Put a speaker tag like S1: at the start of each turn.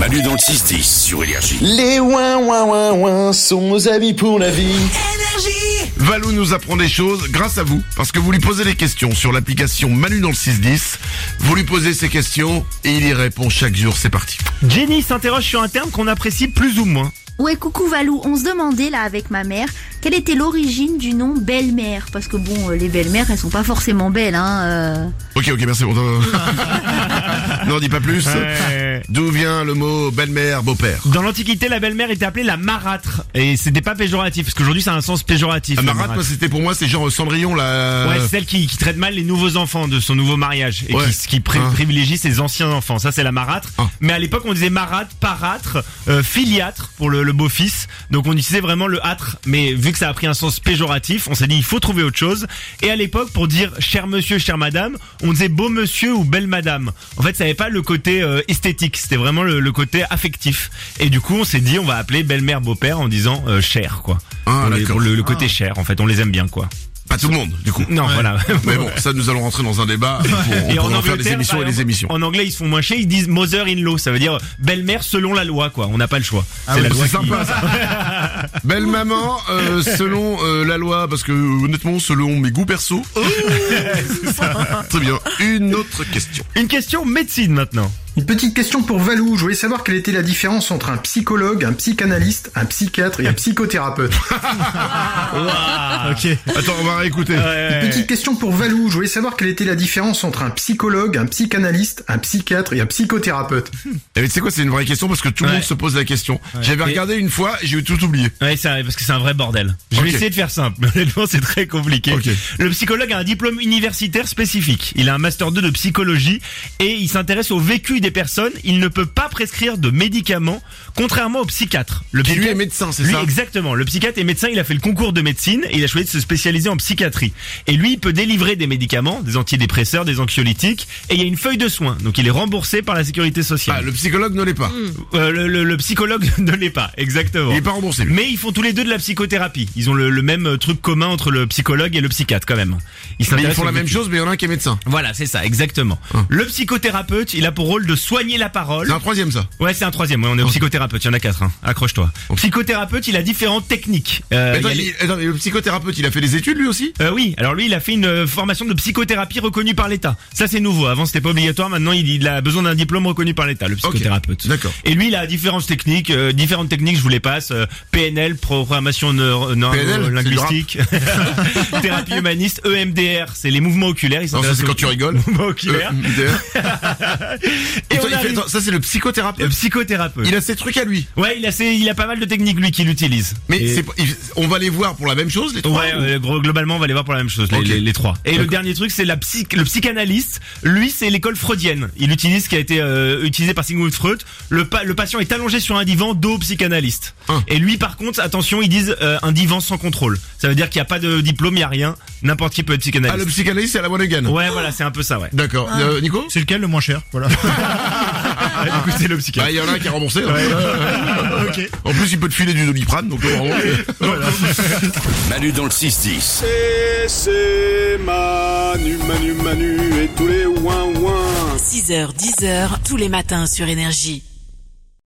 S1: Manu dans le 6-10 sur Énergie.
S2: Les ouin ouin ouin ouin sont nos amis pour la vie.
S3: Valou nous apprend des choses grâce à vous, parce que vous lui posez des questions sur l'application Manu dans le 610. Vous lui posez ces questions et il y répond chaque jour. C'est parti.
S4: Jenny s'interroge sur un terme qu'on apprécie plus ou moins.
S5: Ouais, coucou Valou, on se demandait là avec ma mère quelle était l'origine du nom belle-mère parce que bon, euh, les belles-mères elles sont pas forcément belles hein. euh.
S3: Ok, ok, merci. Bon, non, non, dis pas plus. D'où vient le mot belle-mère, beau-père
S4: Euh, Dans l'Antiquité, la belle-mère était appelée la marâtre. Et c'était pas péjoratif, parce qu'aujourd'hui, ça a un sens péjoratif.
S3: La
S4: la
S3: marâtre, moi, c'était pour moi, c'est genre Cendrillon, là.
S4: Ouais, c'est celle qui, qui traite mal les nouveaux enfants de son nouveau mariage et
S3: Euh, Ouais.
S4: qui, qui pri-
S3: Hein.
S4: privilégie ses anciens enfants. Ça, c'est la marâtre.
S3: Ah.
S4: Mais à l'époque, on disait marâtre, parâtre, euh, filiâtre pour le, le beau-fils. Donc, on utilisait vraiment le âtre. Mais vu que ça a pris un sens péjoratif, on s'est dit, il faut trouver autre chose. Et à l'époque, pour dire cher monsieur, chère madame, on disait beau monsieur ou belle madame. En fait, ça n'avait pas le côté euh, esthétique. C'était vraiment le, le côté affectif. Et du coup, on s'est dit, on va appeler belle-mère, beau-père en disant euh, cher, quoi.
S3: Ah,
S4: Pour les-
S3: d'accord.
S4: pour le, le côté cher, en fait. On les aime bien, quoi.
S3: Pas tout le monde, du coup.
S4: Non, voilà.
S3: Mais bon, ça, nous allons rentrer dans un débat. Pour, on pourra en faire des
S4: Angleterre,
S3: émissions
S4: par
S3: et des
S4: exemple,
S3: émissions.
S4: En anglais, ils se font moins chier, ils disent mother in law, ça veut dire belle-mère selon la loi, quoi. On n'a pas le choix.
S3: Ah
S4: la
S3: oui,
S4: loi
S3: c'est
S4: qui-
S3: sympa ça. Belle maman, euh, selon euh, la loi, parce que euh, honnêtement, selon mes goûts perso.
S4: Oh
S3: C'est ça. Très bien. Une autre question.
S4: Une question médecine maintenant.
S6: Une petite question pour Valou. Je voulais savoir quelle était la différence entre un psychologue, un psychanalyste, un psychiatre et un psychothérapeute.
S4: ok.
S3: Attends, on va réécouter.
S6: Une petite question pour Valou. Je voulais savoir quelle était la différence entre un psychologue, un psychanalyste, un psychiatre et un psychothérapeute.
S3: Eh, Mais tu sais quoi, c'est une vraie question parce que tout le
S4: Ouais.
S3: monde se pose la question. J'avais
S4: Et-
S3: regardé une fois, et j'ai tout oublié.
S4: Ouais, ça, parce que c'est un vrai bordel. Je vais
S3: Ok.
S4: essayer de faire simple, mais honnêtement, c'est très compliqué.
S3: Ok.
S4: Le psychologue a un diplôme universitaire spécifique. Il a un master 2 de psychologie et il s'intéresse au vécu des personnes. Il ne peut pas prescrire de médicaments, contrairement au psychiatre. Le
S3: Qui lui
S4: psychiatre-
S3: est médecin, c'est
S4: Lui,
S3: ça
S4: exactement. Le psychiatre est médecin, il a fait le concours de médecine et il a choisi de se spécialiser en psychiatrie. Et lui, il peut délivrer des médicaments, des antidépresseurs, des anxiolytiques, et il y a une feuille de soins. Donc il est remboursé par la sécurité
S3: Ah,
S4: sociale.
S3: le psychologue ne l'est pas.
S4: Euh, le, le- le psychologue ne l'est pas, exactement.
S3: Il est pas remboursé. lui.
S4: Mais ils font tous les deux de la psychothérapie. Ils ont le, le même euh, truc commun entre le psychologue et le psychiatre quand même. Ils,
S3: Mais ils
S4: s'intéressent
S3: font
S4: au
S3: la même
S4: vécu.
S3: chose, Ah. mais il y en a un qui est médecin.
S4: Voilà, c'est ça, exactement. Le psychothérapeute, il a pour rôle de soigner la parole.
S3: C'est un troisième ça.
S4: Ouais, c'est un troisième. Ouais, on est au psychothérapeute. Il y en a quatre. hein. Accroche-toi.
S3: Ok.
S4: Psychothérapeute, il a différentes techniques. Euh,
S3: Mais attends,
S4: il y a les-
S3: il- attends, mais le psychothérapeute, il a fait des études lui aussi
S4: Euh, oui, alors lui, il a fait une euh, formation de psychothérapie reconnue par l'État. Ça, c'est nouveau. Avant, c'était pas obligatoire. Maintenant, il, il a besoin d'un diplôme reconnu par l'État, le psychothérapeute.
S3: d'accord.
S4: Et lui, il a différentes techniques. euh, différentes techniques, je vous les passe. euh, PNL, programmation neuro-
S3: hein.
S4: neuro-linguistique, thérapie humaniste, E EMDR, c'est les mouvements oculaires. Ils
S3: Non, ça
S4: s'intéressent
S3: c'est
S4: aux-
S3: quand tu rigoles.
S4: aux mouvements
S3: Euh,
S4: oculaires.
S3: d'ailleurs.
S4: Et
S3: Attends,
S4: on
S3: il fait-
S4: arrive-
S3: attends, ça c'est le
S4: Le
S3: psychothérapeute.
S4: psychothérapeute.
S3: Il a ses trucs à lui.
S4: Ouais, il a, ses- il a pas mal de techniques, lui, qu'il utilise.
S3: Mais
S4: Et-
S3: c'est pas- il- on va les voir pour la même chose, les trois
S4: Ouais,
S3: ou-
S4: ouais, gros, globalement, on va les voir pour la même chose, les,
S3: Ok.
S4: les- les trois. Et le
S3: D'accord.
S4: dernier truc, c'est la psy, le psychanalyste. Lui, c'est l'école freudienne. Il utilise ce qui a été euh, utilisé par Sigmund Freud. Le, pa- le patient est allongé sur un divan, dos au psychanalyste.
S3: Hein.
S4: Et lui, par contre, attention, ils disent euh, un divan sans contrôle. Ça veut dire qu'il n'y a pas de diplôme, il n'y a rien. N'importe qui peut être
S3: Ah, le
S4: psychanalyste.
S3: psychanalyste, c'est à la one again.
S4: Ouais, voilà, c'est un peu ça, ouais.
S3: D'accord. Euh, Nico
S4: C'est lequel le moins cher Voilà. du coup, c'est le
S3: Bah, il
S4: psychanalyste.
S3: y en a un qui est remboursé. hein. En plus, il peut te filer du doliprane, donc euh, vraiment, c'est-
S1: Manu dans le 6-10.
S7: Et c'est Manu, Manu, Manu et tous les ouin ouin.
S8: 6h, 10h, tous les matins sur Énergie.